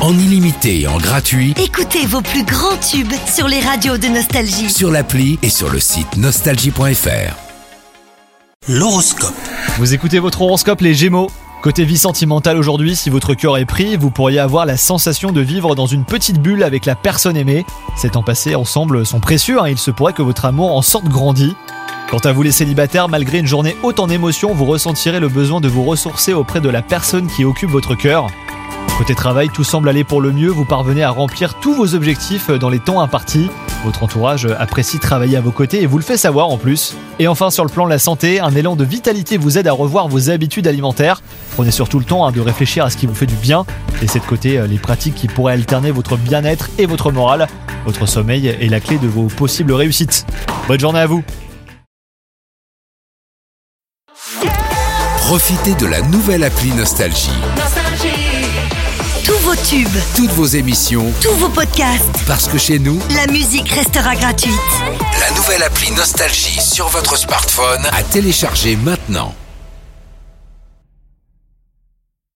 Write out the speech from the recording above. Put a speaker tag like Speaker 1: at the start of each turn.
Speaker 1: en illimité et en gratuit
Speaker 2: Écoutez vos plus grands tubes sur les radios de Nostalgie.
Speaker 1: sur l'appli et sur le site nostalgie.fr.
Speaker 3: L'horoscope.
Speaker 4: Vous écoutez votre horoscope les Gémeaux. Côté vie sentimentale aujourd'hui, si votre cœur est pris, vous pourriez avoir la sensation de vivre dans une petite bulle avec la personne aimée. Ces temps passés ensemble sont précieux, hein, il se pourrait que votre amour en sorte grandi. Quant à vous les célibataires, malgré une journée haute en émotions, vous ressentirez le besoin de vous ressourcer auprès de la personne qui occupe votre cœur. Côté travail, tout semble aller pour le mieux, vous parvenez à remplir tous vos objectifs euh, dans les temps impartis. Votre entourage euh, apprécie travailler à vos côtés et vous le fait savoir en plus. Et enfin, sur le plan de la santé, un élan de vitalité vous aide à revoir vos habitudes alimentaires. Prenez surtout le temps hein, de réfléchir à ce qui vous fait du bien. Laissez de côté euh, les pratiques qui pourraient alterner votre bien-être et votre morale. Votre sommeil est la clé de vos possibles réussites. Bonne journée à vous
Speaker 1: Profitez de la nouvelle appli Nostalgie.
Speaker 2: Tous vos tubes,
Speaker 1: Toutes vos émissions,
Speaker 2: tous vos podcasts,
Speaker 1: parce que chez nous,
Speaker 2: la musique restera gratuite.
Speaker 1: la nouvelle appli Nostalgie sur votre smartphone à télécharger maintenant.